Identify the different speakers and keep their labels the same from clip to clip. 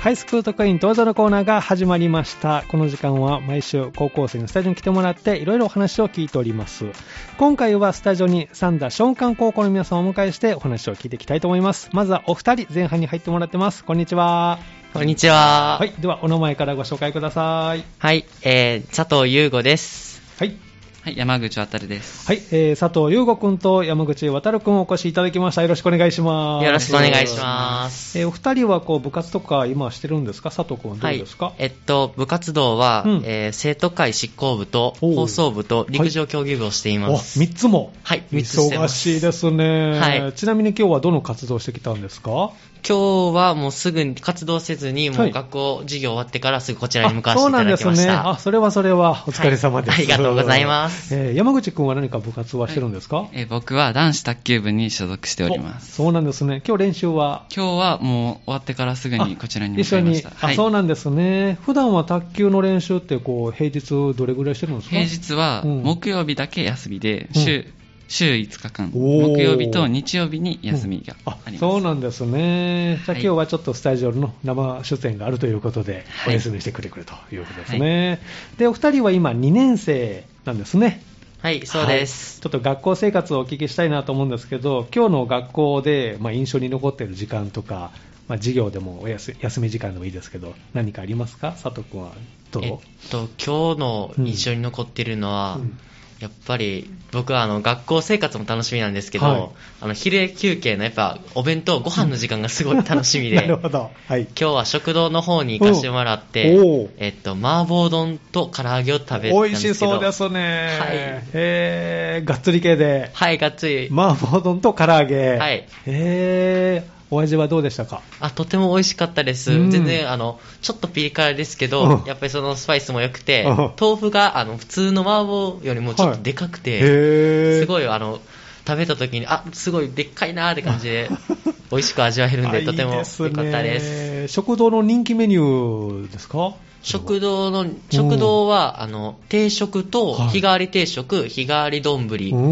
Speaker 1: ハイスクールとクイーン登場のコーナーが始まりました。この時間は毎週高校生のスタジオに来てもらっていろいろお話を聞いております。今回はスタジオに三田松漢高校の皆さんをお迎えしてお話を聞いていきたいと思います。まずはお二人前半に入ってもらってます。こんにちは。
Speaker 2: こんにちは。
Speaker 1: は
Speaker 2: はい。
Speaker 1: い。ではお名前からご紹介ください。
Speaker 2: えー、佐藤優吾です。
Speaker 1: はい。
Speaker 3: はい、山口渉です。
Speaker 1: はい、えー、佐藤優吾くんと山口渉くんをお越しいただきました。よろしくお願いします。
Speaker 2: よろしくお願いします。
Speaker 1: えーお二人はこう部活とか今してるんですか佐藤くんはどうですか、
Speaker 2: えっと、部活動は、
Speaker 1: うん
Speaker 2: えー生徒会執行部と
Speaker 1: おう
Speaker 2: 放送部と陸上競技部をしてい
Speaker 1: お、
Speaker 2: ます。
Speaker 1: 3つも。
Speaker 2: はい三つして
Speaker 1: 忙
Speaker 2: ます
Speaker 1: しいですね。
Speaker 2: はい
Speaker 1: ちなみに今日はどの活動をしてきたんですか
Speaker 2: 今日はもうすぐに活動せずに、も
Speaker 1: は
Speaker 2: う
Speaker 1: い
Speaker 2: 学校、授業終わってからすぐこちらに向か
Speaker 1: あ
Speaker 2: わせ
Speaker 1: そう
Speaker 2: てい
Speaker 1: な
Speaker 2: た
Speaker 1: ん
Speaker 2: だ
Speaker 1: で
Speaker 2: き
Speaker 1: す
Speaker 2: まし
Speaker 1: ね。
Speaker 2: た。
Speaker 1: あ、それはそれは、お疲れ様です。
Speaker 2: はいありがとうございます。
Speaker 1: えー山口くんは何か部活はしてるんですか、
Speaker 3: えー僕は男子卓球部に所属しております。
Speaker 1: おそうなんですね。今日練習は
Speaker 3: 今日はもう終わってからすぐにこちらに向
Speaker 1: 一緒
Speaker 3: かいま
Speaker 1: に
Speaker 3: した。。
Speaker 1: あ、
Speaker 3: はい。
Speaker 1: そうなんですね。普段は卓球の練習って、こう、平日どれぐらいしてるんですか
Speaker 3: 平日は
Speaker 1: うん
Speaker 3: 木曜日だけ休みで、
Speaker 1: うん
Speaker 3: 週、週5日間、
Speaker 1: おー
Speaker 3: 木曜日と日曜日に休みがあります。
Speaker 1: そうなんですね。じゃあ
Speaker 3: はい
Speaker 1: 今日はちょっとスタジオの生出演があるということで、
Speaker 3: は
Speaker 1: お
Speaker 3: い
Speaker 1: 休みしてくれくるということですね。で、お二人は今2年生なんですね。
Speaker 2: はい、そうで
Speaker 1: は
Speaker 2: す。
Speaker 1: いちょっと学校生活をお聞きしたいなと思うんですけど、今日の学校で、まあ、印象に残っている時間とか、まあ、授業でもおやす休み時間でもいいですけど、何かありますか佐藤君はどう、
Speaker 2: えっと、今日の印象に残っているのは、
Speaker 1: うん
Speaker 2: やっぱり僕はあの学校生活も楽しみなんですけど、
Speaker 1: はい
Speaker 2: あの昼休憩のやっぱお弁当ご飯の時間がすごい楽しみで
Speaker 1: なるほど。はい。
Speaker 2: 今日は食堂の方に行かせてもらって、
Speaker 1: うんおう
Speaker 2: えっと、麻婆丼と唐揚げを食べたんですけど
Speaker 1: 美味しそうですね。
Speaker 2: はい
Speaker 1: えー、がっつり系で。
Speaker 2: はいがっつり、
Speaker 1: 麻婆丼と唐揚げ。
Speaker 2: はい。
Speaker 1: えー、お味はどうでしたか
Speaker 2: あとても美味しかったです、
Speaker 1: うん
Speaker 2: 全然あのちょっとピリ辛ですけ
Speaker 1: う
Speaker 2: ど
Speaker 1: ん
Speaker 2: やっぱりそのスパイスも良くて
Speaker 1: うん
Speaker 2: 豆腐があの普通の麻婆よりもちょっとでかくて、
Speaker 1: へ
Speaker 2: すご
Speaker 1: い
Speaker 2: いあの食べた時にあすごいでっかいなーって感じ で美味しく味わえるんでとても良かったです
Speaker 1: ね。食堂の人気メニューですか
Speaker 2: 食堂の食堂はあの定食と
Speaker 1: はい
Speaker 2: 日替わり定食、日替わり
Speaker 1: う
Speaker 2: 丼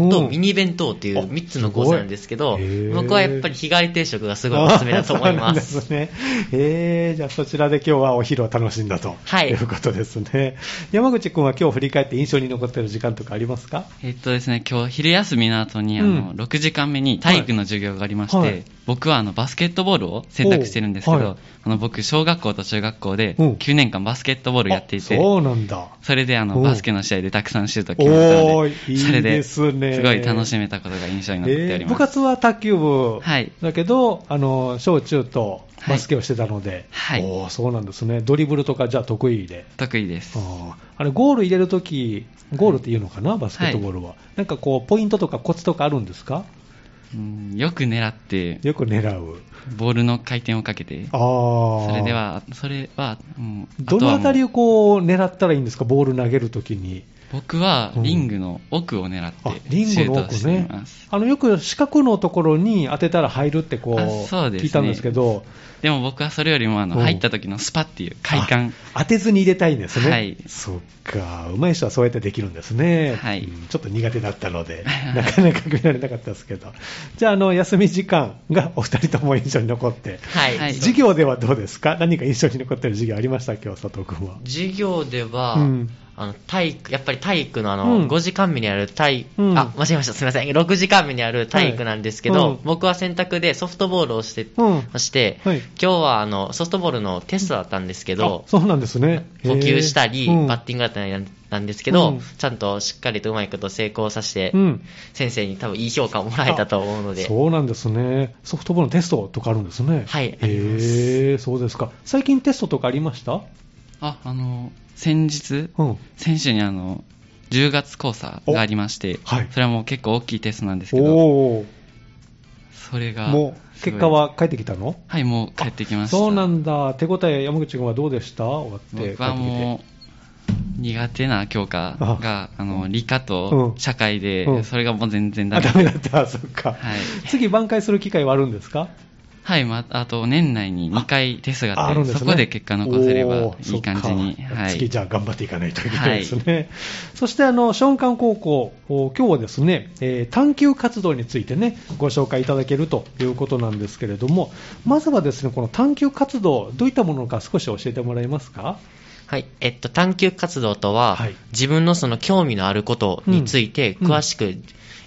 Speaker 1: ん
Speaker 2: とミニ弁当っていう
Speaker 1: あ
Speaker 2: 3つのコースなんですけど
Speaker 1: すごいへー
Speaker 2: 僕はやっぱり日替わり定食がすごいおすすめだと思います
Speaker 1: あそうなんですね。えー、じゃあそちらで今日はお昼を楽しんだと、
Speaker 2: はい
Speaker 1: いうことですね。山口君は今日振り返って印象に残っている時間とかありますか
Speaker 3: えっとですね、今日昼休みの後に、あ
Speaker 1: う
Speaker 3: の、
Speaker 1: ん
Speaker 3: 6時間目に体育の授業がありまして、
Speaker 1: はいはい
Speaker 3: 僕はあの、バスケットボールを選択してるんですけ
Speaker 1: おう
Speaker 3: ど、
Speaker 1: はい
Speaker 3: あの、僕、小学校と中学校で
Speaker 1: うん
Speaker 3: 9年間バスケットボールやっていて、
Speaker 1: あそうなんだ。
Speaker 3: それであ
Speaker 1: お
Speaker 3: の
Speaker 1: う
Speaker 3: バスケの試合でたくさんシュートを決めたの
Speaker 1: お
Speaker 3: で、
Speaker 1: ーいい
Speaker 3: それで
Speaker 1: ですね
Speaker 3: すごい楽しめたことが印象に残っており
Speaker 1: えー部
Speaker 3: ます。
Speaker 1: 活は卓球部
Speaker 3: はい
Speaker 1: だけど、あの小中と
Speaker 3: は
Speaker 1: バ
Speaker 3: い
Speaker 1: スケをしてたので、
Speaker 3: はい
Speaker 1: おーそうなんですね、ドリブルとかじゃあ得意で、
Speaker 3: 得意です。
Speaker 1: あーあれゴール入れるとき、ゴールっていうのかな、バスケットボールは、なんかこう、ポイントとかコツとかあるんですか、
Speaker 3: うんよく狙って、
Speaker 1: よく狙う、
Speaker 3: ボールの回転をかけて、
Speaker 1: あー
Speaker 3: それでは、それは、うん
Speaker 1: どのあたり
Speaker 3: とはもう
Speaker 1: をこう狙ったらいいんですか、ボール投げるときに。
Speaker 3: 僕はリングの奥を狙っ
Speaker 1: あ
Speaker 3: て、
Speaker 1: リン
Speaker 3: シュ
Speaker 1: ゴの
Speaker 3: ートを
Speaker 1: 奥
Speaker 3: してい
Speaker 1: ね
Speaker 3: ます。、
Speaker 1: あのよく四角のところに当てたら入るってこう
Speaker 3: あそうです
Speaker 1: 聞
Speaker 3: ね
Speaker 1: いたんですけど、
Speaker 3: でも僕はそれよりもあの
Speaker 1: うん
Speaker 3: 入った時のスパっていう快感、
Speaker 1: あ当てずに入れたいんですね、
Speaker 3: はい
Speaker 1: そっか上手い人はそうやってできるんですね、
Speaker 3: はい
Speaker 1: うんちょっと苦手だったので なかなか見られなかったですけどじゃああの休み時間がお二人とも印象に残って
Speaker 2: はい、
Speaker 3: はい
Speaker 1: 授業ではどうですか何か印象に残ってる授業ありました今日佐藤君は
Speaker 2: 授業では、
Speaker 1: うん
Speaker 2: あの体育やっぱり体育のあ
Speaker 1: う
Speaker 2: の
Speaker 1: ん
Speaker 2: 5時間目にある体、
Speaker 1: うん
Speaker 2: あ間違えましたすみません6時間目にある体育なんですけど、
Speaker 1: はいうん
Speaker 2: 僕は選択でソフトボールをして、
Speaker 1: うん
Speaker 2: して、
Speaker 1: はい
Speaker 2: 今日はあのソフトボールのテストだったんですけど
Speaker 1: あそうなんですね
Speaker 2: 補給したり、
Speaker 1: へーうん
Speaker 2: バッティングだったりなんですけど、
Speaker 1: うん
Speaker 2: ちゃんとしっかりとうまいこと成功させて、
Speaker 1: うん
Speaker 2: 先生に多分いい評価をもらえたと思うので、
Speaker 1: そうなんですねソフトボールのテストとかあるんですね
Speaker 2: はいあります
Speaker 1: へえそうですか最近テストとかありました
Speaker 3: ああの先日、
Speaker 1: うん
Speaker 3: 選手にあの10月交差がありまして、
Speaker 1: おはい
Speaker 3: それはもう結構大きいテストなんですけど、
Speaker 1: おお
Speaker 3: それが
Speaker 1: もう
Speaker 3: すごい
Speaker 1: 結果は返ってきたの
Speaker 3: はい、もう帰ってきました。
Speaker 1: そうなんだ、手応え、山口君はどうでした終わって帰ってき
Speaker 3: 僕
Speaker 1: て
Speaker 3: はもう苦手な教科があの理科と
Speaker 1: うん
Speaker 3: 社会で、
Speaker 1: うん
Speaker 3: それがもう全然ダ
Speaker 1: あ
Speaker 3: メ
Speaker 1: ダメだった、そっか、
Speaker 3: はい
Speaker 1: 次、挽回する機会はあるんですか、
Speaker 3: はい、まあ、あと年内に2回テストが
Speaker 1: あ
Speaker 3: あ
Speaker 1: あるん
Speaker 3: っ
Speaker 1: です
Speaker 3: て、
Speaker 1: ね
Speaker 3: そこで結果残せれば
Speaker 1: おー
Speaker 3: いい感じに、
Speaker 1: そっか
Speaker 3: はい。
Speaker 1: 次じゃあ頑張っていかないといけないですね。そしてあの、ションカン高校、お今日はですね、えー探求活動についてね、ご紹介いただけるということなんですけれども、まずはですね、この探求活動、どういったものか少し教えてもらえますか
Speaker 2: はい。えっと、探求活動とは、
Speaker 1: はい
Speaker 2: 自分のその興味のあることについて
Speaker 1: うん
Speaker 2: 詳しく、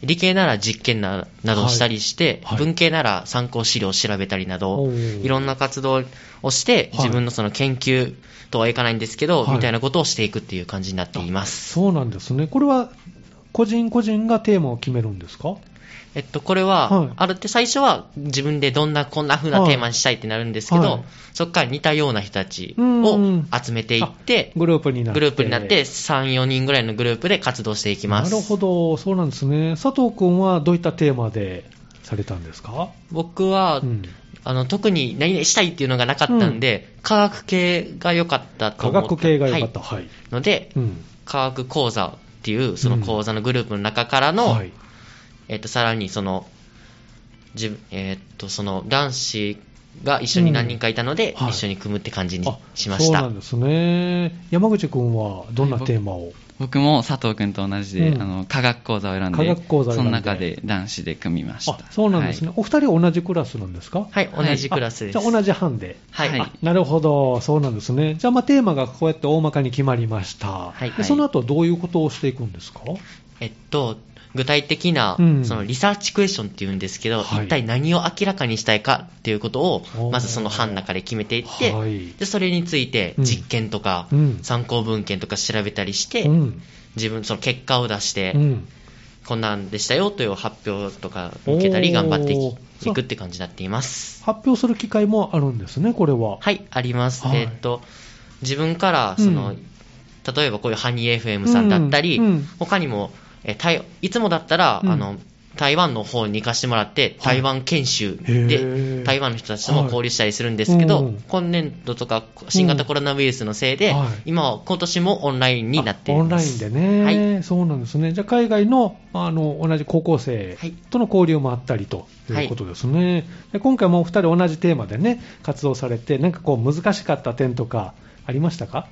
Speaker 2: 理系なら実験ななどをしたりして、
Speaker 1: はいはい
Speaker 2: 文系なら参考資料を調べたりなど、
Speaker 1: おー
Speaker 2: いろんな活動をして、
Speaker 1: はい
Speaker 2: 自分のその研究とはいかないんですけど、
Speaker 1: はい
Speaker 2: みたいなことをしていくっていう感じになっています。
Speaker 1: そうなんですね。これは、個人個人がテーマを決めるんですか
Speaker 2: えっと、これは、
Speaker 1: はい
Speaker 2: あるって最初は自分でどんな、こんな風なテーマにしたいってなるんですけど、
Speaker 1: はい
Speaker 2: そこから似たような人たち
Speaker 1: うん
Speaker 2: を集めていって、
Speaker 1: グループになって。
Speaker 2: グループになって、3、4人ぐらいのグループで活動していきます。
Speaker 1: なるほど、そうなんですね。佐藤君はどういったテーマでされたんですか、
Speaker 2: 僕は、
Speaker 1: うん
Speaker 2: あの、特に何々したいっていうのがなかったんで、科学系が良かったと
Speaker 1: 科
Speaker 2: 思っ
Speaker 1: 学系が良かった。はい。
Speaker 2: はいので、
Speaker 1: うん。
Speaker 2: 科学講座っていう、その講座のグループの中からの、
Speaker 1: はい。
Speaker 2: えっと、さらにその、自分えっと、その、男子が一緒に何人かいたので、
Speaker 1: うんはい
Speaker 2: 一緒に組むって感じに
Speaker 1: あ
Speaker 2: しました。
Speaker 1: そうなんですね。山口君はどんなテーマを、
Speaker 3: 僕も佐藤君と同じで、
Speaker 1: うん
Speaker 3: あの科学講座を選んで
Speaker 1: 科学講座を選
Speaker 3: そ
Speaker 1: んで
Speaker 3: の中で男子で組みました
Speaker 1: あそうなんですね、お二人は同じクラスなんですか
Speaker 2: はい、同じクラスです。
Speaker 1: あじゃあ同じ班で。
Speaker 2: はい。
Speaker 3: はい
Speaker 2: あ
Speaker 1: なるほど、そうなんですね。じゃあ、まあ、テーマがこうやって大まかに決まりました。
Speaker 2: はい
Speaker 1: でその後、どういうことをしていくんですか
Speaker 2: えっと、具体的な、
Speaker 1: うん
Speaker 2: そのリサーチクエスチョンっていうんですけど、
Speaker 1: はい
Speaker 2: 一体何を明らかにしたいかっていうこと
Speaker 1: お
Speaker 2: を
Speaker 1: ー、
Speaker 2: まずその班の中で決めていって、
Speaker 1: はい
Speaker 2: でそれについて
Speaker 1: うん
Speaker 2: 実験とか、
Speaker 1: うん
Speaker 2: 参考文献とか調べたりして、
Speaker 1: うん。
Speaker 2: 自分、その結果を出して、
Speaker 1: うん。
Speaker 2: こんなんでしたよという発表とか受けたり
Speaker 1: おー
Speaker 2: 頑張っていき
Speaker 1: そう
Speaker 2: いくって感じになっています。
Speaker 1: 発表する機会もあるんですね、これは。
Speaker 2: はい、あります。
Speaker 1: はい
Speaker 2: えーっと、自分から、その、
Speaker 1: うん
Speaker 2: 例えばこういうハニー FM さんだったり、
Speaker 1: うんうん
Speaker 2: 他にも、えー台いつもだったら、
Speaker 1: うん
Speaker 2: あの、台湾の方に行かせてもらって、
Speaker 1: はい
Speaker 2: 台湾研修
Speaker 1: へー
Speaker 2: で、台湾の人たちとも交流したりするんですけど、
Speaker 1: はいうん
Speaker 2: 今年度とか新型コロナウイルスのせいで、
Speaker 1: はい
Speaker 2: 今は、今年もオンラインになってい
Speaker 1: あ
Speaker 2: ます。
Speaker 1: オンラインでね、
Speaker 2: は
Speaker 1: そうなんですね、じゃあ海外のあの同じ高校生
Speaker 2: はい
Speaker 1: との交流もあったりということですね、で今回もお二人、同じテーマでね、活動されて、なんかこう、難しかった点とか、ありましたか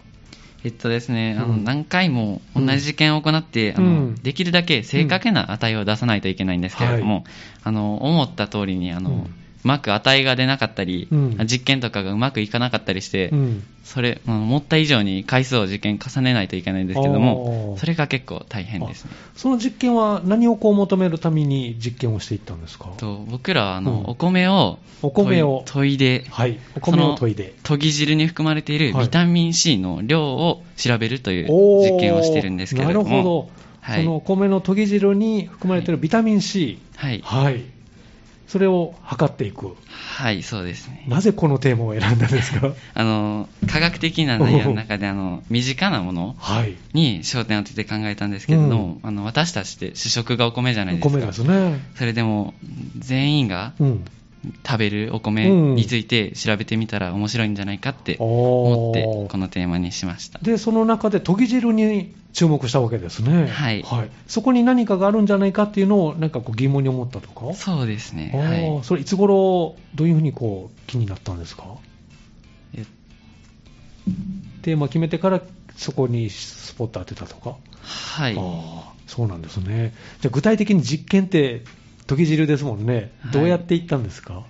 Speaker 3: えっとですね、あ
Speaker 1: う
Speaker 3: の
Speaker 1: ん
Speaker 3: 何回も同じ実験を行っ
Speaker 1: うん
Speaker 3: て、あ
Speaker 1: うん
Speaker 3: のできるだけ正確な値を出さないといけないんですけれども、
Speaker 1: はい
Speaker 3: あの思った通りにあの、
Speaker 1: う
Speaker 3: うんまく値が出なかったり、
Speaker 1: うん
Speaker 3: 実験とかがうまくいかなかったりして、
Speaker 1: うん
Speaker 3: それあの思った以上に回数を実験重ねないといけないんですけど
Speaker 1: お
Speaker 3: も
Speaker 1: ー
Speaker 3: それが結構大変ですね。
Speaker 1: あその実験は何をこう求めるために実験をしていったんですか
Speaker 3: と僕らはあの、
Speaker 1: うん
Speaker 3: お米を
Speaker 1: お米を
Speaker 3: 研い研いで、
Speaker 1: はい、お米を研いで。
Speaker 3: その研ぎ汁に含まれている
Speaker 1: はい
Speaker 3: ビタミン C の量を調べるという
Speaker 1: おー
Speaker 3: 実験をしてるんですけれども、
Speaker 1: なるほど、
Speaker 3: はい
Speaker 1: そのお米の研ぎ汁に含まれているビタミン C、
Speaker 3: はい、
Speaker 1: はい、それを測っていく。
Speaker 3: はい、そうですね。
Speaker 1: なぜこのテーマを選んだんです か
Speaker 3: あの科学的な内容の 中であの身近なもの
Speaker 1: はい。
Speaker 3: に焦点を当てて考えたんですけれども、あの私たちって主食がお米じゃないです
Speaker 1: お
Speaker 3: か。
Speaker 1: 米ですね。
Speaker 3: それでも全員が
Speaker 1: うん。
Speaker 3: 食べるお米について調べてみたら面白いんじゃないかって思って
Speaker 1: おー
Speaker 3: このテーマにしました。
Speaker 1: で、その中で研ぎ汁に注目したわけですね。
Speaker 3: はい
Speaker 1: そこに何かがあるんじゃないかっていうのを、なんかこう疑問に思ったとか
Speaker 3: そうですね。
Speaker 1: あー
Speaker 3: はい。
Speaker 1: それいつ頃、どういうふうにこう気になったんですか
Speaker 3: え
Speaker 1: テーマ決めてからそこにスポット当てたとか
Speaker 3: はい。
Speaker 1: あーそうなんですね。じゃあ具体的に実験って研ぎ汁ですもんね。
Speaker 3: はい
Speaker 1: どうやっていったんですか、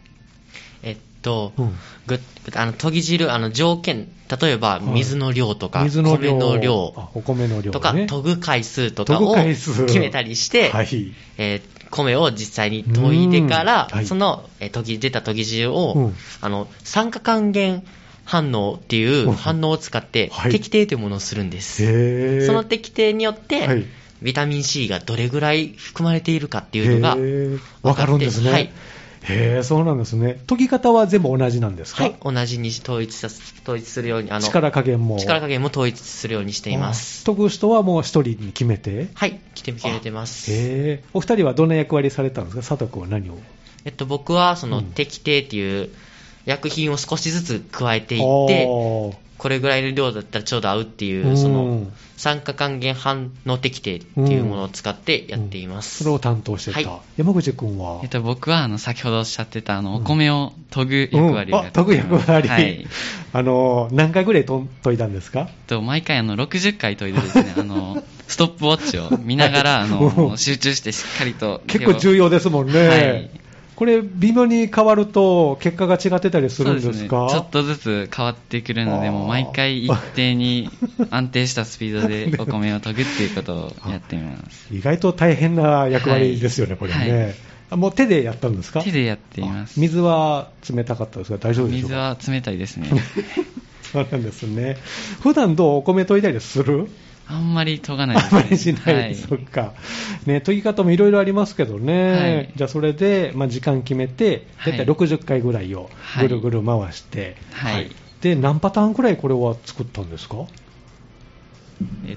Speaker 2: えっと、
Speaker 1: うん
Speaker 2: ぐあの研ぎ汁、あの条件、例えば
Speaker 1: はい
Speaker 2: 水の量とか、
Speaker 1: 水の量
Speaker 2: 米の量
Speaker 1: あお米の量、ね、
Speaker 2: とか、研ぐ回数とか
Speaker 1: 研ぐ
Speaker 2: を
Speaker 1: 回数
Speaker 2: 決めたりして、
Speaker 1: はい
Speaker 2: えー米を実際に研いでから、
Speaker 1: うんはい
Speaker 2: その、えー研ぎ出た研ぎ汁を、
Speaker 1: うん
Speaker 2: あの酸化還元反応ってい
Speaker 1: うん
Speaker 2: う反応を使って、
Speaker 1: はい
Speaker 2: 適定というものをするんです。
Speaker 1: へー
Speaker 2: その適定によって、
Speaker 1: はい
Speaker 2: ビタミン C がどれぐらい含まれているかっていうのが、
Speaker 1: へーわかるんですね。
Speaker 2: はい
Speaker 1: へーそうなんですね。研ぎ方は全部同じなんですか、
Speaker 2: はい、同じに統一させ統一するように、あの
Speaker 1: 力加減も。
Speaker 2: 力加減も統一するようにしています。
Speaker 1: あ。研ぐ人はもう一人に決めて。
Speaker 2: はい、来て決めてます。
Speaker 1: へーお二人はどんな役割されたんですか佐藤君は何を
Speaker 2: えっと、僕はそうの
Speaker 1: ん
Speaker 2: 適定っていう薬品を少しずつ加えていっ
Speaker 1: あ
Speaker 2: て、
Speaker 1: ー
Speaker 2: これぐらいの量だったらちょうど合うっていう、その酸化還元反応適定っていうものを使ってやっています。
Speaker 1: それを担当してた。山口君は
Speaker 3: えっと、僕は、あの、先ほどおっしゃってた、あの、お米を研ぐ役割を
Speaker 1: やってます。研ぐ役割。はい。 あの、何回ぐらい研いだんですか
Speaker 3: と、毎回、あの、60回研いでですね、あの、ストップウォッチを見ながら、あの、集中してしっかりと。
Speaker 1: 結構重要ですもんね。はい。これ、微妙に変わると、結果が違ってたりするんですか、
Speaker 3: ね、ちょっとずつ変わってくるので、もう毎回一 定に安定したスピードでお米を研ぐっていうことをやっています
Speaker 1: 意外と大変な役割ですよね、はい、これね、はい、もう手でやったんですか
Speaker 3: 手でやっています。
Speaker 1: 水は冷たかったですが、大丈夫でし
Speaker 3: 水は冷たいです ね。
Speaker 1: そうなんですね。普段どうお米研いだりする、
Speaker 3: あんまり研がないで
Speaker 1: ね、
Speaker 3: す
Speaker 1: あんまりしない、はい、そっか、ね、研ぎ方もいろいろありますけどね、はい、じゃあそれで、まあ、時間決めて、大体60回ぐらいをぐるぐる回して、はい、はい、で何パターンくらいこれは作ったんですか、
Speaker 3: えっ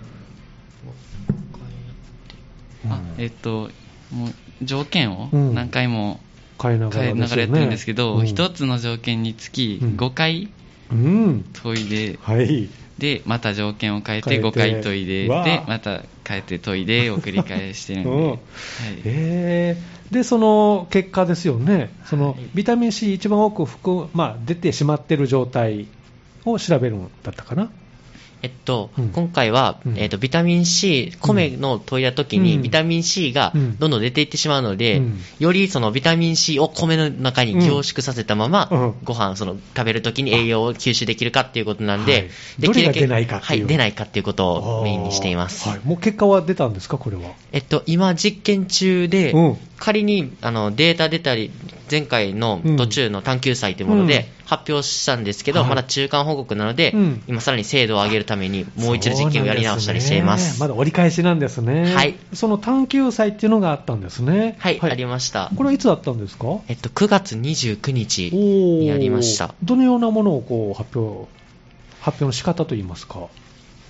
Speaker 3: と、あえっと、もう条件を何回も
Speaker 1: 変えな
Speaker 3: がら、ね,、やってるんですけど、うん、1つの条件につき5回研いで。
Speaker 1: うん、はい
Speaker 3: でまた条件を変えて5回研いででまた変えて研いでを繰り返して るんで、はい
Speaker 1: えー、でその結果ですよねその、はい、ビタミン C 一番多く含、まあ、出てしまってる状態を調べるんだったかな
Speaker 2: えっと、うん、今回は、うん、えっと、ビタミン C、米の研いだ時に、ビタミン C がどんどん出ていってしまうので、うん、よりそのビタミン C を米の中に凝縮させたまま、ご飯、その食べる時に栄養を吸収できるかっていうことなんで、
Speaker 1: できるだけ出ないか
Speaker 2: はい、出ないかっていうことをメインにしています。
Speaker 1: はい、もう結果は出たんですか、これは。
Speaker 2: えっと、今実験中で、仮にあのデータ出たり、前回の途中の探求祭というもので発表したんですけど、まだ中間報告なので、今さらに精度を上げるために、もう一度実験をやり直したりしています、
Speaker 1: ね、まだ折り返しなんですね、
Speaker 2: はい、
Speaker 1: その探求祭っていうのがあったんですね、
Speaker 2: はい、はい、ありました、
Speaker 1: これはいつだったんですか、
Speaker 2: えっと、9月29日にやりました、
Speaker 1: どのようなものをこう発表、発表の仕方といいますか。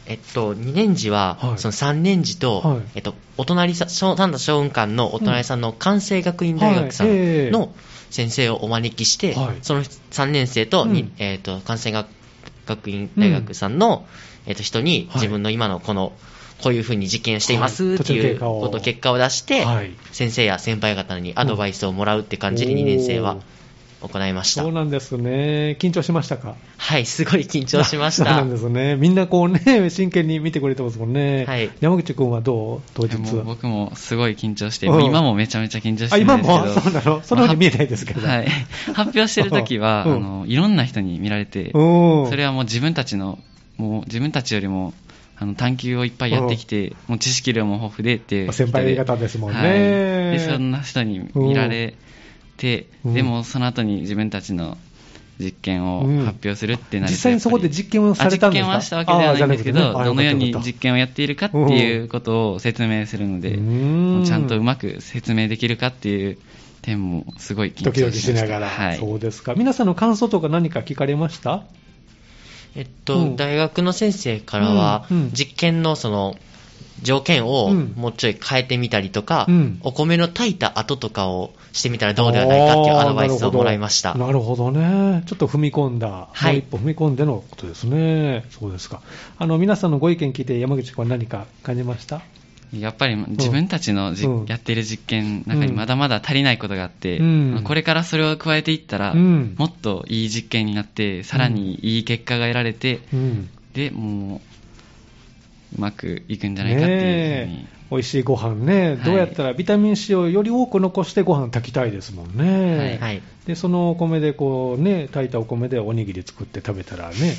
Speaker 2: えっと、2年次は、はい、その3年次と、はい、えっと、お隣さ、三田松雲館のお隣さんの関西学院大学さんの先生をお招きして、はい、その3年生と、うん、えっと、関西学学院大学さんの、うん、えっと、人に自分の今のこの、こういうふうに実験していますっていうこと結果を出して、先生や先輩方にアドバイスをもらうって感じで2年生は行いました
Speaker 1: そうなんですね、緊張しましたか
Speaker 2: はい、すごい緊張しました 、そう
Speaker 1: なんですね、みんなこうね、真剣に見てくれてますもんね、
Speaker 2: はい、
Speaker 1: 山口君はどう、当日
Speaker 3: も僕もすごい緊張して、うん、今もめちゃめちゃ緊張してるん
Speaker 1: 今も そうなの、そのように見えないですけど、
Speaker 3: まあ、はい、発表してる時はうん、あのいろんな人に見られて、それはもう自分たちの、もう自分たちよりもあの探求をいっぱいやってきて、もう知識量も豊富でっていう、
Speaker 1: 先輩方ですもんね、はい
Speaker 3: でそんな人に見られ、て、でもその後に自分たちの実験を発表するってなると、うん、実
Speaker 1: 際にそこで実験をされたんです
Speaker 3: か実験はしたわけではないんですけど、ね、どのように実験をやっているかっていうことを説明するので、うん、ちゃんとうまく説明できるかっていう点もすごい緊張しました。ドキドキしながら、
Speaker 1: はい、そうですか。皆さんの感想とか何か聞かれました
Speaker 2: えっと、うん、大学の先生からは、実験のその、条件をもうちょい変えてみたりとか、うん、お米の炊いた後とかをしてみたらどうではないかっていうアドバイスをもらいました
Speaker 1: なるほどね、ちょっと踏み込んだ、はい、もう一歩踏み込んでのことですね、そうですかあの皆さんのご意見聞いて、山口君は何か感じました
Speaker 3: やっぱり自分たちの、うん、やっている実験の中にまだまだ足りないことがあって、うん、これからそれを加えていったら、もっといい実験になって、さらにいい結果が得られて、でもううまくいくんじゃないかっていうふうに。
Speaker 1: 美味しいご飯ね、はい、どうやったらビタミン C をより多く残してご飯炊きたいですもんね、
Speaker 2: はい、はい、
Speaker 1: でそのお米でこう、ね、炊いたお米でおにぎり作って食べた らね、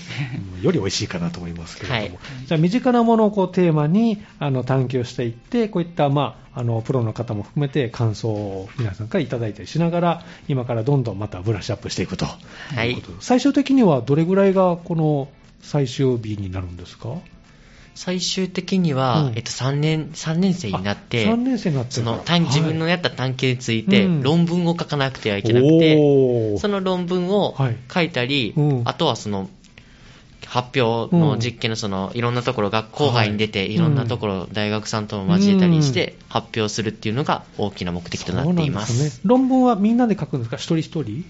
Speaker 1: より美味しいかなと思いますけれども、はい、じゃあ身近なものをこうテーマにあの探求していって、こういった、まあ、あのプロの方も含めて感想を皆さんからいただいたりしながら、今からどんどんまたブラッシュアップしていくと,、はい、最終的にはどれぐらいがこの最終日になるんですか
Speaker 2: 最終的には、うん、えっと、3, 年3年生になって
Speaker 1: 3年生になって
Speaker 2: その、はい、自分のやった探究について論文を書かなくてはいけなくて、うん、その論文を書いたり、はいうん、あとはその発表の実験のその、いろんなところが郊外に出て、はい、いろんなところ大学さんとも交えたりして発表するっていうのが大きな目的となっています,
Speaker 1: すね、論文はみんなで書くんですか一人一人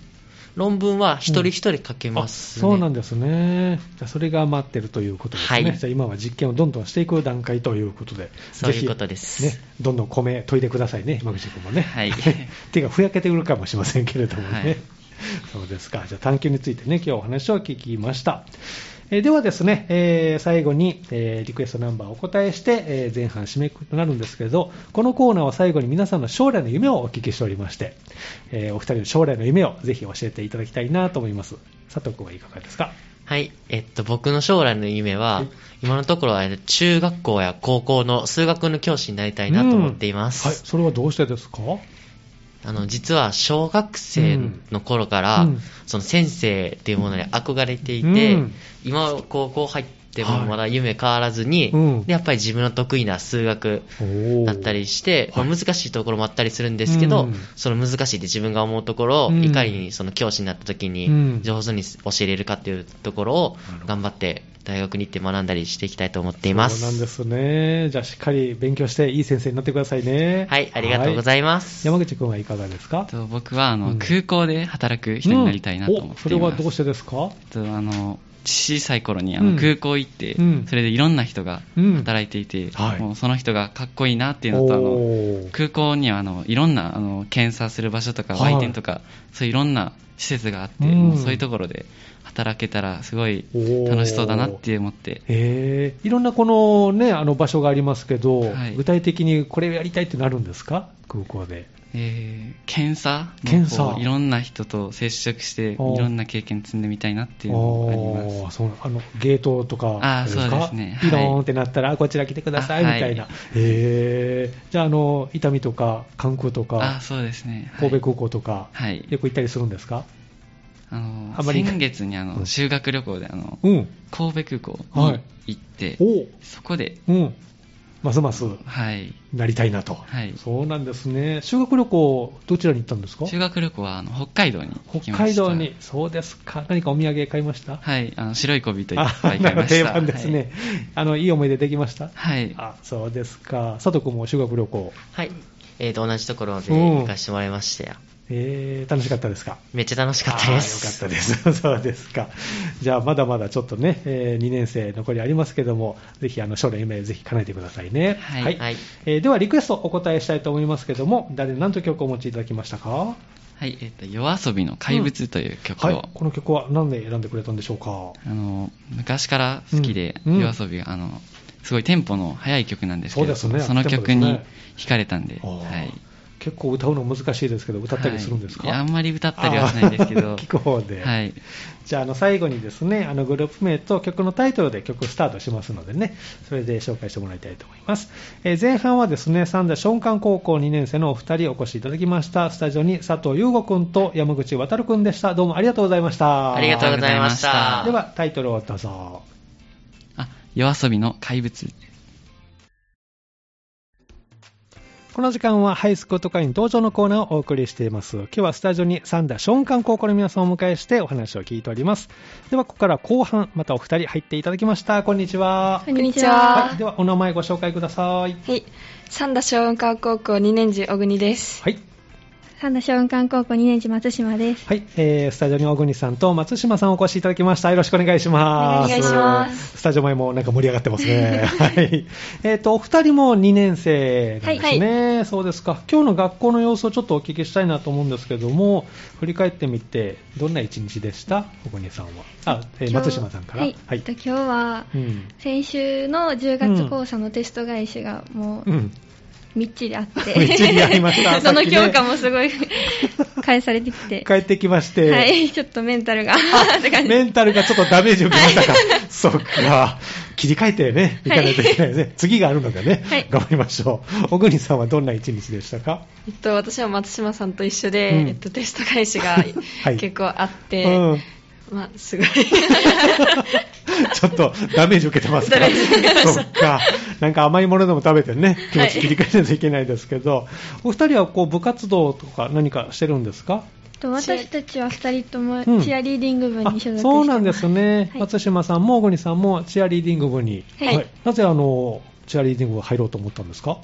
Speaker 2: 論文は一人一人書けますね、
Speaker 1: ね、うん、そうなんですね。じゃそれが待ってるということですね。はい、じゃ今は実験をどんどんしていく段階ということで、
Speaker 2: そういうことです。
Speaker 1: ね、どんどん米研いでくださいね、山口君もね。
Speaker 2: はい。
Speaker 1: 手がふやけてくるかもしれませんけれどもね。はい、そうですか。じゃあ探究についてね、今日お話を聞きました。えではですね、えー、最後に、えー、リクエストナンバーをお答えして、えー、前半締めくとなるんですけど、このコーナーは最後に皆さんの将来の夢をお聞きしておりまして、えお二人の将来の夢をぜひ教えていただきたいなと思います。佐藤君はいかがですか
Speaker 2: はい、えっと、僕の将来の夢は、今のところは中学校や高校の数学の教師になりたいなと思っています。
Speaker 1: はい、それはどうしてですか
Speaker 2: あの、実は小学生の頃から、その先生っていうものに憧れていて、今高校入ってもまだ夢変わらずに、でやっぱり自分の得意な数学だったりして、ま難しいところもあったりするんですけど、その難しいって自分が思うところを、いかにその教師になった時に上手に教えれるかっていうところを頑張って大学に行って学んだりしていきたいと思っています。
Speaker 1: そうなんですね。じゃあしっかり勉強していい先生になってくださいね。
Speaker 2: はい、ありがとうございます。
Speaker 1: はい、山口くんはいかがですか
Speaker 3: 僕はあの、うん、空港で働く人になりたいなと思っています。
Speaker 1: うん、それはどうしてですか
Speaker 3: あの小さい頃にあの空港行って、うん、それでいろんな人が働いていて、うんはい、もうその人がかっこいいなっていうのとあの空港にはあのいろんなあの検査する場所とか売店とか、はい、そういろんな施設があって、うん、そういうところで働けたらすごい楽しそうだなって思って
Speaker 1: へいろんなこの,、ね、あの場所がありますけど、はい、具体的にこれをやりたいってなるんですか空港で。
Speaker 3: えー、検査
Speaker 1: 検査
Speaker 3: いろんな人と接触していろんな経験積んでみたいなっていうのがあります
Speaker 1: そうあのゲートとか
Speaker 3: あそうですね
Speaker 1: ピローンってなったら、はい、こちら来てくださいみたいな、はい、えー、じゃああの伊丹とか関空とか
Speaker 3: あそうですね、
Speaker 1: はい、神戸空港とか、
Speaker 3: はい、
Speaker 1: よく行ったりするんですか
Speaker 3: あのあ先月にあの修学旅行であの、うん、神戸空港に行って、はい、そこで、
Speaker 1: うんますますなりたいなと、
Speaker 3: はい、
Speaker 1: そうなんですね修学旅行どちらに行ったんですか
Speaker 3: 修学旅行はあの北海道に
Speaker 1: 北海道にそうですか何かお土産買いました
Speaker 3: はいあの白い小人いっぱい買いました定
Speaker 1: 番ですね、はい、あのいい思い出できました
Speaker 3: はい
Speaker 1: あそうですか佐藤君も修学旅行
Speaker 2: はいえーと同じところで行かせてもらいましたよ、うん
Speaker 1: えー、楽しかったですか
Speaker 2: めっちゃ楽しかったです。
Speaker 1: よかったです。 そうですか。じゃあ、まだまだちょっとね、えー、2年生残りありますけども、ぜひ、あの、将来夢、ぜひ叶えてくださいね。
Speaker 3: はい。はい、はい、
Speaker 1: えー、では、リクエストお答えしたいと思いますけども、誰、何と曲をお持ちいただきましたか
Speaker 3: はい、えっ、ー、と、夜遊びの怪物という曲を、うんはい、
Speaker 1: この曲は何で選んでくれたんでしょうか
Speaker 3: あの、昔から好きで、うんうん、夜遊びが、あの、すごいテンポの速い曲なんですけど、
Speaker 1: そ、ね,、
Speaker 3: の曲に惹かれたんで、でね、
Speaker 1: はい。結構歌うの難しいですけど、歌ったりするんですか、
Speaker 3: はい、あんまり歌ったりはしないんですけ ど、
Speaker 1: 聞く方で、
Speaker 3: はい、
Speaker 1: じゃああの最後にですねあのグループ名と曲のタイトルで曲スタートしますのでね、それで紹介してもらいたいと思います。えー、前半はですね、三田松漢高校2年生のお二人お越しいただきました、スタジオに佐藤優吾君と山口渉君でした、どうもありがとうございました。
Speaker 2: ありがとうございました。
Speaker 1: では、タイトルをどうぞ。
Speaker 3: あ夜遊びの怪物
Speaker 1: この時間はハイスクート会員登場のコーナーをお送りしています。今日はスタジオに三田ショーン館高校の皆さんをお迎えしてお話を聞いております。では、ここから後半、またお二人入っていただきました。こんにちは。
Speaker 4: こんにちは。
Speaker 1: はい、では、お名前ご紹介ください。
Speaker 4: はい。三田ショーン館高校2年次小国です。。
Speaker 1: はい。
Speaker 5: 三田松雲館高校2年次松島です。
Speaker 1: はい、えー、スタジオに小国さんと松島さんお越しいただきました。よろしくお願いします
Speaker 4: お願いします。
Speaker 1: スタジオ前もなんか盛り上がってますね。はい。えっ、ー、と、お二人も2年生なんですね、はい、そうですか。今日の学校の様子をちょっとお聞きしたいなと思うんですけども、振り返ってみて、どんな一日でした小国さんは。あ、えー、松島さんから。
Speaker 5: はい。はい、今日は、うん、先週の10月講座のテスト返しがもう、うん、うんみっちりあって、
Speaker 1: みっちりありま した
Speaker 5: その教科もすごい 返されてきて、
Speaker 1: 帰ってきまして、
Speaker 5: はい、ちょっとメンタル が
Speaker 1: メンタルがちょっとダメージを受けました か、そっか、切り替えてね、いかないといけないですね、はい、 次があるのでね、はい、頑張りましょう、小国さんはどんな一日でしたか、
Speaker 4: えっと、私は松島さんと一緒で、うん、えっと、テスト返しが結構あって、うん まあ、 すごい。
Speaker 1: ちょっとダメージ受けてますから。そっか。なんか甘いものでも食べてね、気持ち切り替えないといけないですけど、はい、お二人はこう部活動とか何かしてるんですか
Speaker 5: 私たちは2人ともチアリーディング部に所属して、うん、
Speaker 1: そうなんですね、はい、松島さんも小国さんもチアリーディング部に、はい、はい、なぜあのチアリーディング部入ろうと思ったんですか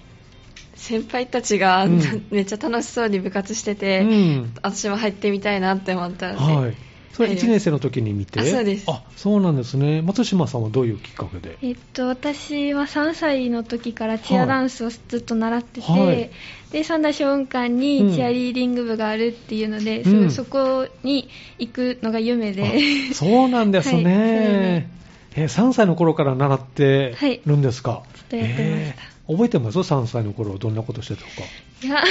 Speaker 4: 先輩たちが、うん、めっちゃ楽しそうに部活してて、うん、私も入って みたいなって思ったので、はい、
Speaker 1: それ1年生の時に見て、
Speaker 4: はい、そうです
Speaker 1: あそうなんですね松島さんはどういうきっかけで、
Speaker 5: えっと、私は3歳の時からチアダンスをずっと習ってて、はい、で三田小雲館にチアリーディング部があるっていうので、うん、そ,そこに行くのが夢で、、
Speaker 1: そうなんですね、えー、3歳の頃から習ってるんですか、はい
Speaker 5: ずっとやってました、
Speaker 1: えー、覚えてます ?3 歳の頃どんなことしてたか
Speaker 5: いや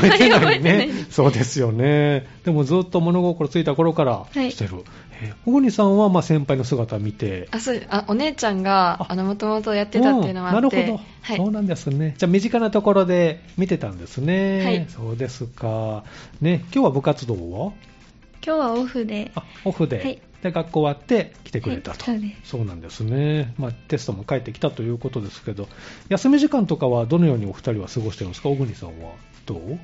Speaker 1: 覚えてないねそうですよねでもずっと物心ついた頃からしてる、はいえー、小国さんはまあ先輩の姿見て
Speaker 4: あそうあお姉ちゃんがもともとやってたっていうのもあって、
Speaker 1: うん、なるほど、はい、そうなんですねじゃあ身近なところで見てたんですね、はい、そうですかね今日は部活動は
Speaker 5: 今日はオフで
Speaker 1: あオフで、はいで学校終わって来てくれたと、
Speaker 5: はい、
Speaker 1: そうなんですね、まあ、テストも帰ってきたということですけど休み時間とかはどのようにお二人は過ごしてるんですか小国さんはどう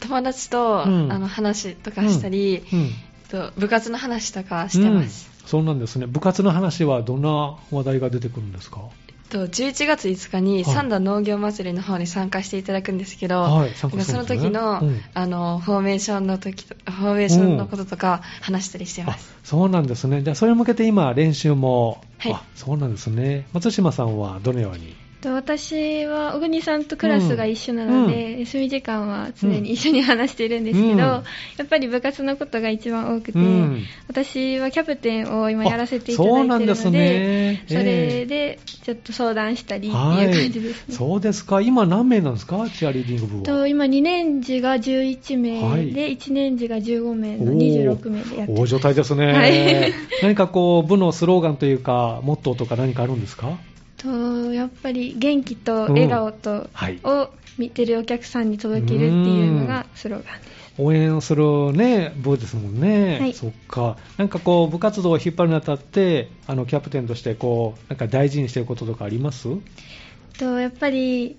Speaker 4: 友達と、うん、あの話とかしたり、うんうんと、部活の話とかしてます、
Speaker 1: そうなんですね部活の話はどんな話題が出てくるんですか
Speaker 4: と11月5日に三田農業祭りの方に参加していただくんですけど、はい、その時の、ねうん、あのフォーメーションの時フォーメーションのこととか話したりしてます、
Speaker 1: うん、そうなんですねじゃあそれに向けて今練習も、はい、あそうなんですね松島さんはどのように
Speaker 5: 私は小国さんとクラスが一緒なので、うん、休み時間は常に一緒に話しているんですけど、うん、やっぱり部活のことが一番多くて、うん、私はキャプテンを今やらせていただいているのでそね、えー、それでちょっと相談したりっていう感じですね、はい、
Speaker 1: そうですか今何名なんですかチアリーディング部
Speaker 5: と今2年次が11名で、はい、1年次が15名の26名でやって
Speaker 1: 大所帯ですね、はい、 何かこう部のスローガンというかモットーとか何かあるんですか
Speaker 5: とやっぱり元気と笑顔と、うんはい、を見てるお客さんに届けるっていうのがスローガンです。
Speaker 1: 応援するね、部ですもんね、はい、そっか、なんかこう、部活動を引っ張るにあたって、あのキャプテンとしてこう、なんか大事にしてることとかあります
Speaker 5: とやっぱり、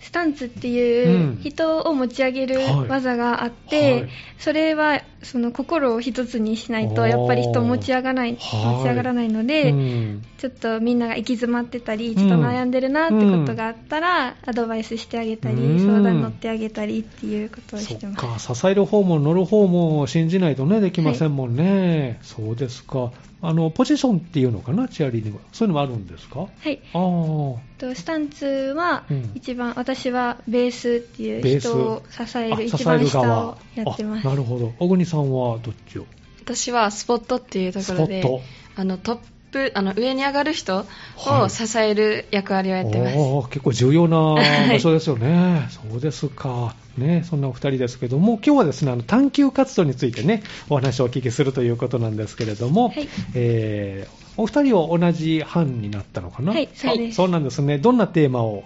Speaker 5: スタンツっていう人を持ち上げる技があって、うんはい、それはその心を一つにしないとやっぱり人持ち上がない、持ち上がらないので、うん、ちょっとみんなが行き詰まってたりちょっと悩んでるなってことがあったら、うん、アドバイスしてあげたり、相談乗ってあげたりっていうことをしてます
Speaker 1: 支える方も乗る方も信じないとねできませんもんね、はい、そうですかあのポジションっていうのかなチアリーディングそういうのもあるんですか
Speaker 5: はいあスタンツは一番、私はベースっていう人を支える一番下をやってます
Speaker 1: なるほど小国さんはどっちを、
Speaker 4: 私はスポットっていうところであのトップあの上に上がる人を支える役割をやってます、はい
Speaker 1: 結構重要 な場所ですよね、はい、そうですかね、そんなお二人ですけども、今日はですね、あの探求活動についてね、お話をお聞きするということなんですけれども、はい、えー、お二人は同じ班になったのかな、。
Speaker 5: はい、そうです
Speaker 1: そうなんですね。どんなテーマを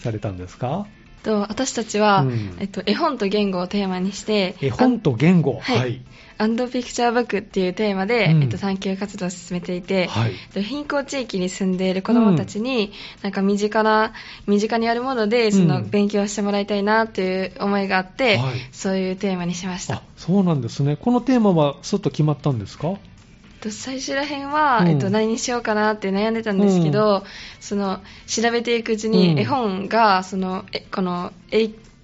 Speaker 1: されたんですか
Speaker 4: と私たちは、うん、えっと、絵本と言語をテーマにして、
Speaker 1: 絵本と言語、
Speaker 4: はい。はいアンドピクチャーブックっていうテーマで、うん、えっと、探求活動を進めていて、はい、貧困地域に住んでいる子どもたちに、うん、なんか身近な身近にあるものでその、うん、勉強してもらいたいなという思いがあって、はい、そういうテーマにしました
Speaker 1: そうなんですねこのテーマはすっと決まったんですか
Speaker 4: 最初らへんは、えっと、何にしようかなって悩んでたんですけど、その調べていくうちに、絵本がそのこの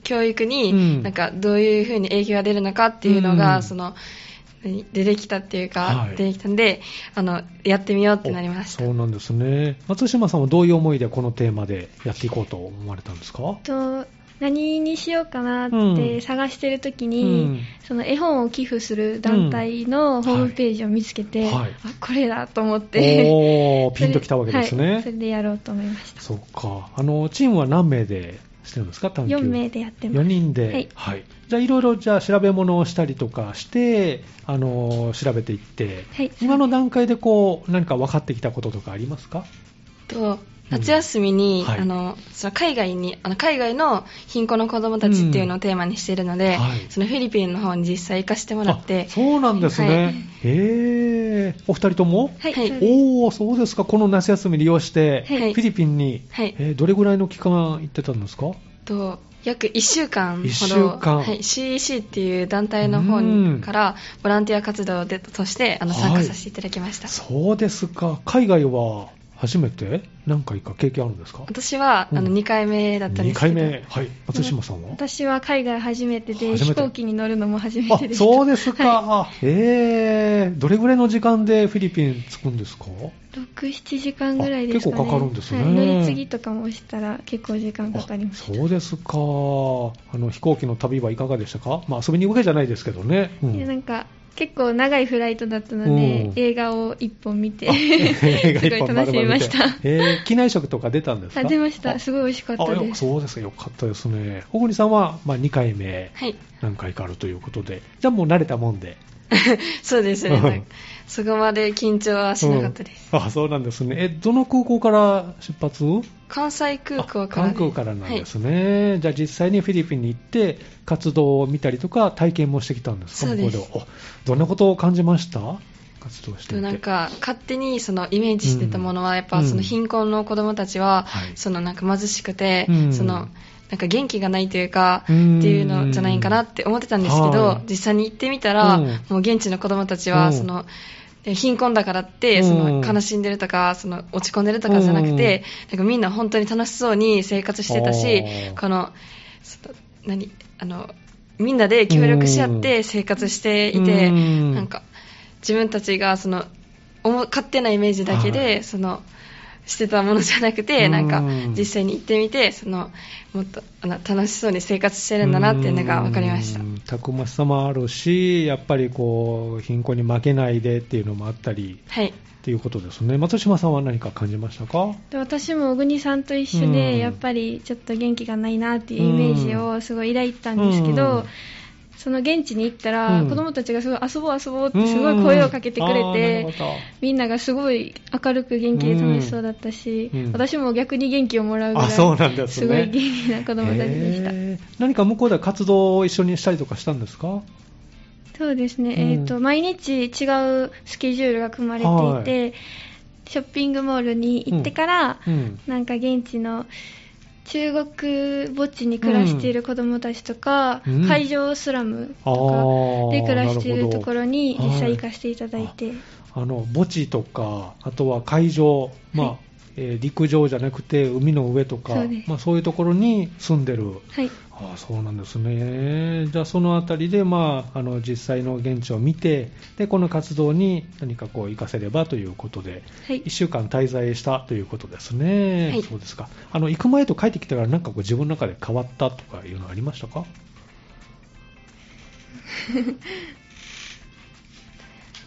Speaker 4: 教育になんかどういうふうに影響が出るのかっていうのが、その出てきたっていうか、はい、出てきたんであのやってみようってなりました
Speaker 1: そうなんですね松島さんはどういう思いでこのテーマでやっていこうと思われたんですか
Speaker 5: と何にしようかなって探してる時に、うん、その絵本を寄付する団体のホームページを見つけて、うんはい、あこれだと思って
Speaker 1: お ピンときたわけですね、
Speaker 5: はい、それでやろうと思いました
Speaker 1: そうかあのチームは何名でしてるんですか探
Speaker 5: 4名でやってます
Speaker 1: 4人で、はい、はい、じゃあいろいろじゃあ調べ物をしたりとかしてあの調べていって、はい、今の段階でこう何か分かってきたこととかありますか
Speaker 4: と夏休みに、うんはい、あのその海外にあの海外の貧困の子どもたちっていうのをテーマにしているので、うん、そのフィリピンの方に実際行かせてもらって
Speaker 1: そうなんですね、へえお二人とも、
Speaker 5: はい、
Speaker 1: おおそうですかこの夏休み利用して、フィリピンに、はいえー、どれぐらいの期間行ってたんですか
Speaker 4: と約1週間ほどはい、CEC っていう団体の方からボランティア活動でとしてあの参加させていただきまし
Speaker 1: は
Speaker 4: た、
Speaker 1: い、そうですか海外は初めて何回か経験あるんですか
Speaker 4: 私は、あの2回目だったんですけ
Speaker 1: ど、うん、2回目、はい、松島さんは
Speaker 5: 私は海外初めてで飛行機に乗るのも初めてです
Speaker 1: そう ですか、はい、えー、どれぐらいの時間でフィリピン着くんですか
Speaker 5: 67時間ぐらいです、
Speaker 1: か、ね、結構かかるんですね、はい
Speaker 5: 乗り継ぎとかもしたら結構時間かかりまし
Speaker 1: そうですかあの飛行機の旅はいかがでしたか、まあ、遊びに行くわけじゃないですけどね、
Speaker 5: う ん、なんか結構長いフライトだったので、うん、映画を1本見て すごい楽しみました
Speaker 1: えー、機内食とか出たんですか
Speaker 5: 出ましたすごい美味しかったです
Speaker 1: そうですかよかったですね小栗さんは、まあ、2回目、はい、何回かあるということでじゃあもう慣れたもんで
Speaker 4: そうで すね、そこまで緊張はしなかったです、
Speaker 1: うん、あそうなんですねえどの空港から出発
Speaker 4: 関西空港から、
Speaker 1: ね、関空からなんですね、はい、じゃあ実際にフィリピンに行って活動を見たりとか体験もしてきたんですか
Speaker 4: そうです
Speaker 1: どんなことを感じました活動
Speaker 4: してなんか勝手にそのイメージしてたものは、やっぱその貧困の子どもたちは、そのなんか貧しくて、うん、そのなんか元気がないというか、っていうのじゃないかなって思ってたんですけど、実際に行ってみたら、もう現地の子どもたちは、その、貧困だからって、その悲しんでるとか、その落ち込んでるとかじゃなくて、なんかみんな本当に楽しそうに生活してたし、この、何、あの、みんなで協力し合って生活していて、なんか、自分たちがその、勝手なイメージだけで、その、してたものじゃなくて、なんか実際に行ってみて、そのもっとあの楽しそうに生活してるんだなっていうのが分かりました
Speaker 1: たくましさもあるし、やっぱりこう貧困に負けないでっていうのもあったり。
Speaker 4: はい
Speaker 1: っていうことですね松島さんは何か感じましたか
Speaker 5: 私も小国さんと一緒で、やっぱりちょっと元気がないなっていうイメージをすごい抱いたんですけど、その現地に行ったら、うん、子供たちがすごい遊ぼう遊ぼうってすごい声をかけてくれて、うん、みんながすごい明るく元気で楽しそうだったし、うん、私も逆に元気をもらうぐらいすごい元気な子供たちでした、ね、
Speaker 1: 何か向こうでは活動を一緒にしたりとかしたんですか
Speaker 5: そうですね、えーと毎日違うスケジュールが組まれていて、はい、ショッピングモールに行ってから、なんか現地の中国墓地に暮らしている子どもたちとか、うん、海上スラムとかで暮らしているところに実際行かせていただいて、はい、
Speaker 1: あの墓地とかあとは海上、まあ、はい、えー、陸上じゃなくて海の上とかそう,、まあ、そういうところに住んでる、
Speaker 5: はい、
Speaker 1: あそうなんですねじゃあその辺りで、まあ、あの実際の現地を見てでこの活動に何かこう活かせればということで、
Speaker 5: はい、1
Speaker 1: 週間滞在したということですね、はい、そうですかあの行く前と帰ってきてからなんかこう自分の中で変わったとかいうのありましたか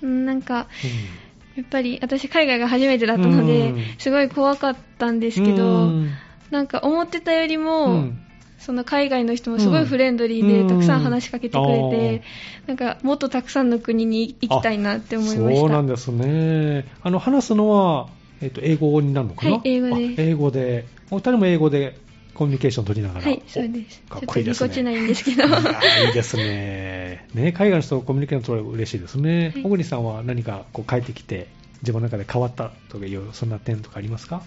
Speaker 5: なんか、うん、やっぱり私海外が初めてだったので、すごい怖かったんですけど、なんか思ってたよりも、うんその海外の人もすごいフレンドリーで、たくさん話しかけてくれて、うん、なんかもっとたくさんの国に行きたいなって思いました
Speaker 1: そうなんですねあの話すのは、えっと、英語になるのかな、
Speaker 5: はい、英語で
Speaker 1: 英語でお二人も英語でコミュニケーション取りながら。
Speaker 5: はい、そうです。
Speaker 1: かっこいいです
Speaker 5: ね。ちょっとぎこちないんですけど。 い
Speaker 1: いですね。ね、海外の人とコミュニケーション取れる嬉しいですね。小、はい、栗さんは何かこう帰ってきて、自分の中で変わったという、そんな点とかありますか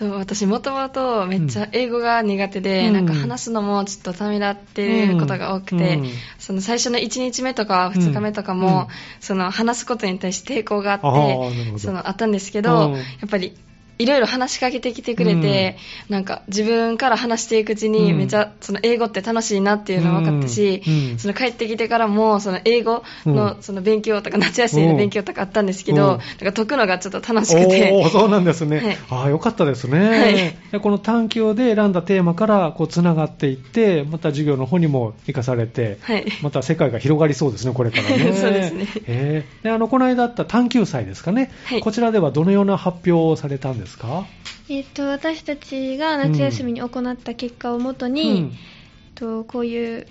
Speaker 4: 私もともとめっちゃ英語が苦手で、うん、なんか話すのもちょっとためらってることが多くて、うん、その最初の1日目とか2日目とかも、うん、その話すことに対して抵抗があってそのあったんですけど、やっぱりいろいろ話しかけてきてくれて、うん、なんか自分から話していくうちに、めちゃ、その英語って楽しいなっていうのが分かったし、うん、その帰ってきてからも、その英語のその勉強とか、夏休みの勉強とかあったんですけど、なんか解くのがちょっと楽しくて。
Speaker 1: そうなんですね。はい、ああ、よかったですね。はい、この探究で選んだテーマから、こう、つながっていって、また授業の方にも生かされて、
Speaker 4: はい、
Speaker 1: また世界が広がりそうですね、これからね。
Speaker 4: そうですね。
Speaker 1: えー、で、あの、この間あった探究祭ですかね。はい、こちらではどのような発表をされたんですか
Speaker 5: えーと、と私たちが夏休みに行った結果をもとに、うん、とこういう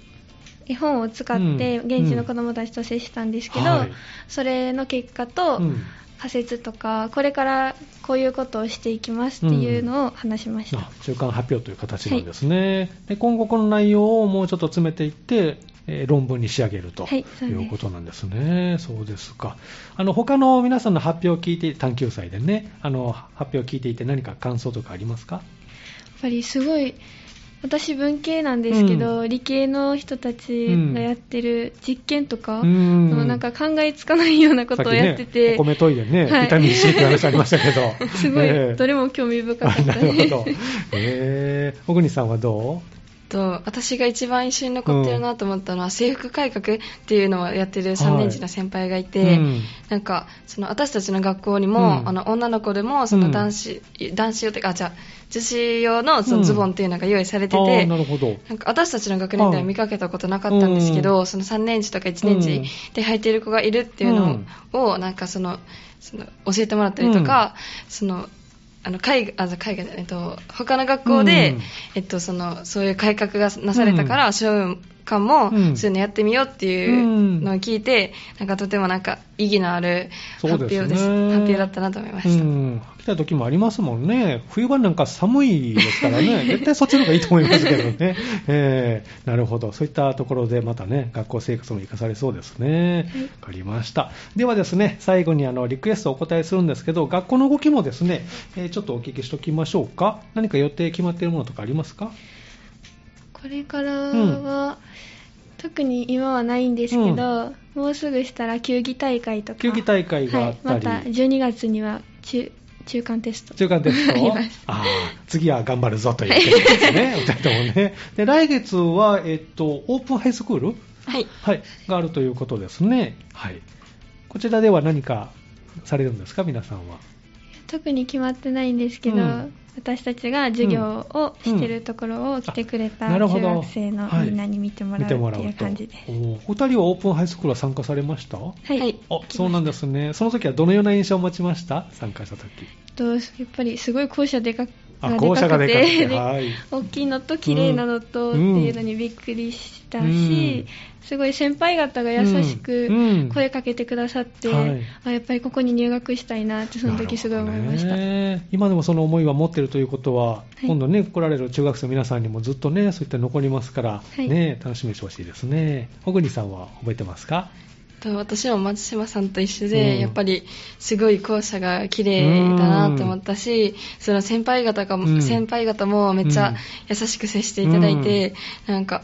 Speaker 5: 絵本を使って現地の子どもたちと接したんですけど、うんうん、それの結果と、仮説とかこれからこういうことをしていきますっていうのを話しました、
Speaker 1: 中間発表という形なんですね、はい、で今後この内容をもうちょっと詰めていってえ論文に仕上げると、はい、いうことなんですね。そうですか。あの他の皆さんの発表を聞いて探究祭でね、あの発表を聞いていて何か感想とかありますか？やっ
Speaker 5: ぱりすごい私文系なんですけど、うん、理系の人たちがやってる実験とか、うん、なんか考えつかないようなことをやってて、
Speaker 1: ね、お米トイレね、はい、ビタミン C って話ありましたけど
Speaker 5: すごい、えー、どれも興味深かった
Speaker 1: ですなるほど、えー、小国さんはどう
Speaker 4: と私が一番印象に残ってるなと思ったのは、制服改革っていうのをやってる3年次の先輩がいて、はいうん、なんかその私たちの学校にも、うん、あの女の子でもその男子、うん、男子用というかじゃ女子用のそのズボンっていうのが用意されてて、なるほどなんか私たちの学年では見かけたことなかったんですけど、その3年次とか1年次で履いている子がいるっていうのを、なんかそのその教えてもらったりとか、そのあの海あ海外えっと、他の学校で、うん、えっと、そのそういう改革がなされたから、うん、小館も、うん、そういうのやってみようっていうのを聞いて、うん、なんかとてもなんか意義のある発表ですです、ね、発表だったなと思いました、うん、
Speaker 1: 来た時もありますもんね冬場なんか寒いですからね絶対そっちの方がいいと思いますけどね、えー、なるほどそういったところでまたね学校生活も生かされそうですねわかりましたではですね最後にあのリクエストをお答えするんですけど学校の動きもですね、えー、ちょっとお聞きしておきましょうか何か予定決まっているものとかありますか
Speaker 5: これからは、うん、特に今はないんですけど、うん、もうすぐしたら球技大会とか
Speaker 1: 球技大会があった
Speaker 5: り、はい、また12月には中中間テスト
Speaker 1: 中間テストああ次は頑張るぞということですね2人ともねで来月は、えっと、オープンハイスクール、
Speaker 4: はい、
Speaker 1: はい、があるということですね、はい、こちらでは何かされるんですか皆さんは
Speaker 5: 特に決まってないんですけど、うん私たちが授業をしてるところを来てくれた中学生のみんなに見てもらうっていう感じです、うんうんはい、お
Speaker 1: 二人はオープンハイスクールは参加されましたはいあそうなんですねその時はどのような印象を持ちました参加した時
Speaker 5: とやっぱりすごい校舎でか、
Speaker 1: あ校舎がでかくて、はい
Speaker 5: 大きいのと綺麗なのとっていうのにびっくりしたし、うん、すごい先輩方が優しく声かけてくださって、うんうんはい、あやっぱりここに入学したいなってその時すごい思いました、ね、
Speaker 1: 今でもその思いは持ってるということは、はい、今度ね来られる中学生の皆さんにもずっとねそういった残りますから、ね楽しみにしてほしいですね小国さんは覚えてますか
Speaker 4: 私も松島さんと一緒で、うん、やっぱりすごい校舎が綺麗だなと思ったし、その先輩方が、うん、先輩方もめっちゃ優しく接していただいて、うん、なんか、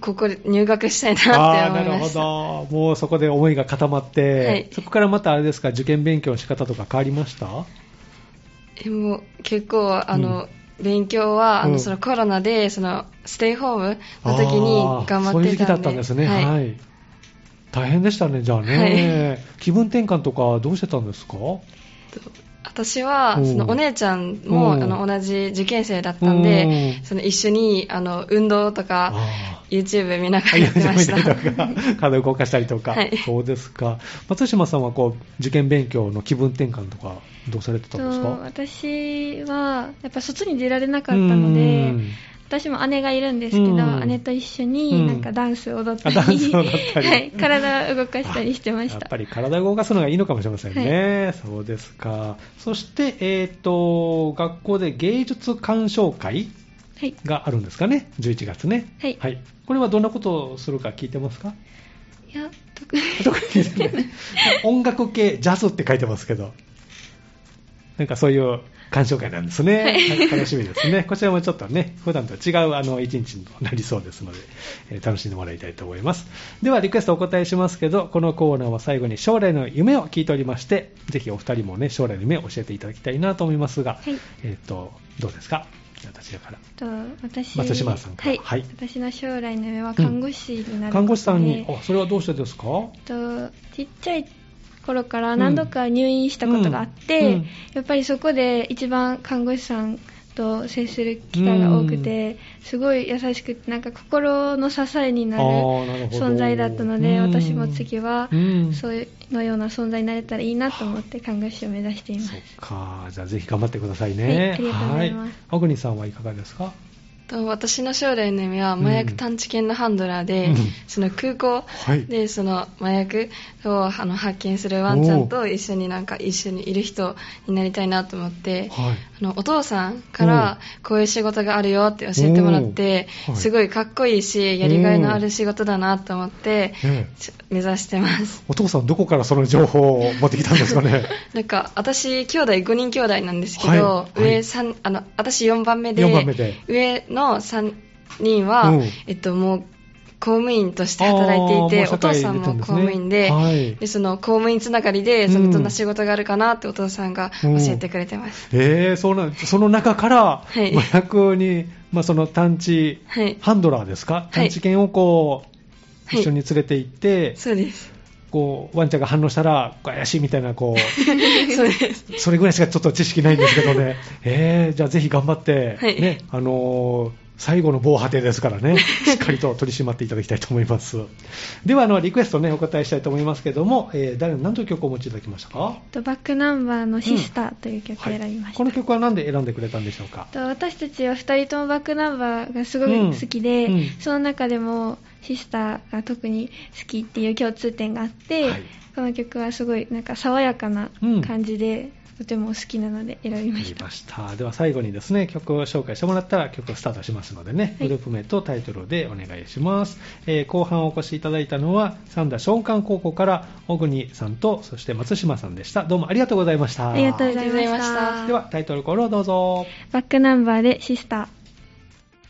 Speaker 4: ここで入学したいなって思いました。
Speaker 1: なるほど。 もうそこで思いが固まって、はい、そこからまたあれですか、受験勉強の仕方とか変わりました
Speaker 4: え、もう結構、あの、勉強は、あの、そのコロナで、その、ステイホームの時に頑張ってたんで。そう
Speaker 1: いう時期だったんですね。はい、はい大変でしたね、じゃあね、はい、気分転換とか、どうしてたんですか
Speaker 4: 私はそのお姉ちゃんもあの同じ受験生だったんで、その一緒にあの運動とか、YouTube 見ながらやってました。
Speaker 1: 体を動かしたりとか、はい、 そうですか。松島さんはこう受験勉強の気分転換とか、どうされてたんですか
Speaker 5: 私は、やっぱ外に出られなかったので、私も姉がいるんですけど、うん、姉と一緒になんかダンス踊ったり、うん、たりはい、体を動かしたりしてました
Speaker 1: やっぱり体を動かすのがいいのかもしれませんね、はい、そうですかそして、えーと、と学校で芸術鑑賞会があるんですかね、はい、11月ね、
Speaker 5: はい、はい、
Speaker 1: これはどんなことをするか聞いてますか
Speaker 5: いや特
Speaker 1: にですね 音楽系ジャズって書いてますけどなんかそういう鑑賞会なんですね、はい、楽しみですね、こちらもちょっとね、普段と違うあの一日になりそうですので、えー、楽しんでもらいたいと思います。では、リクエストお答えしますけど、このコーナーは最後に将来の夢を聞いておりまして、ぜひお二人もね、将来の夢を教えていただきたいなと思いますが、はい、えっ、ー、と、どうですか私から
Speaker 5: と私
Speaker 1: 松島さんから、
Speaker 5: はい、はい、私の将来の夢は看護師になる、うん、
Speaker 1: 看護師さんにあそれはどうしてですか
Speaker 5: とちっちゃい頃から何度か入院したことがあって、うんうん、やっぱりそこで一番看護師さんと接する機会が多くて、うん、すごい優しくてなんか心の支えになる存在だったので私も次はそういうのような存在になれたらいいなと思って看護師を目指していますそっ
Speaker 1: かじゃあぜひ頑張ってくださいね、
Speaker 5: はい、ありがとうございます
Speaker 1: 小国さんはいかがですか
Speaker 4: 私の将来の夢は麻薬探知犬のハンドラーで、うん、その空港でその麻薬をあの発見するワンちゃんと一緒になんか一緒にいる人になりたいなと思って、はい、あのお父さんからこういう仕事があるよって教えてもらって、はい、すごいかっこいいしやりがいのある仕事だなと思って、ね、目指してます
Speaker 1: お父さんどこからその情報を持ってきたんですかね
Speaker 4: なんか私兄弟5人兄弟なんですけど、はい、上3あの私4番目で
Speaker 1: 4番目で
Speaker 4: 上の3人は、
Speaker 1: うん
Speaker 4: えっと、もう公務員として働いて
Speaker 1: あーもう
Speaker 4: いて、お
Speaker 1: 社会
Speaker 4: 父
Speaker 1: に出
Speaker 4: さ
Speaker 1: たん
Speaker 4: ん
Speaker 1: ですね
Speaker 4: も公務員で,、
Speaker 1: はい
Speaker 4: でその公務員つながりで
Speaker 1: うん
Speaker 4: そのどんな仕事があるかなってお父さんが
Speaker 1: う
Speaker 4: 教
Speaker 1: ん
Speaker 4: えてくれてます、
Speaker 1: えー、そうなんその中から、
Speaker 4: はい
Speaker 1: まあ役に、まあ、その探知、
Speaker 4: はい
Speaker 1: ハンドラーですか、探知犬をこう、
Speaker 4: はい
Speaker 1: 一緒に連れて行って、
Speaker 4: そうです
Speaker 1: こうワンちゃんが反応したら怪しいみたいなこう
Speaker 4: そうです
Speaker 1: それぐらいしかちょっと知識ないんですけど ね、えー、じゃあぜひ頑張って、
Speaker 4: はい
Speaker 1: ねあのー最後の防波堤ですから ね、しっかりと取り締まっていただきたいと思います。ではあのリクエストねお答えしたいと思いますけども、えー、誰何という曲をお持ちいただきましたか？
Speaker 5: とバックナンバーのシスターという曲を選びました、
Speaker 1: この曲は何で選んでくれたんでしょうか？
Speaker 5: と私たちは2人ともバックナンバーがすごく好きで、
Speaker 1: うんうん
Speaker 5: その中でもシスターが特に好きっていう共通点があって、
Speaker 1: はい
Speaker 5: この曲はすごいなんか爽やかな感じで、とても好きなので選びま
Speaker 1: わか
Speaker 5: し
Speaker 1: り
Speaker 5: た
Speaker 1: ましたでは最後にですね曲を紹介してもらったら曲をスタートしますのでね、
Speaker 5: はい
Speaker 1: グループ名とタイトルでお願いします、えー後半お越しいただいたのは三田松漢高校から小国さんとそして松島さんでしたどうもありがとうございました
Speaker 5: ありがとうございま
Speaker 4: ありがとうございま
Speaker 5: し
Speaker 4: した
Speaker 5: た
Speaker 1: ではタイトルコールをどうぞ
Speaker 5: バックナンバーでシスター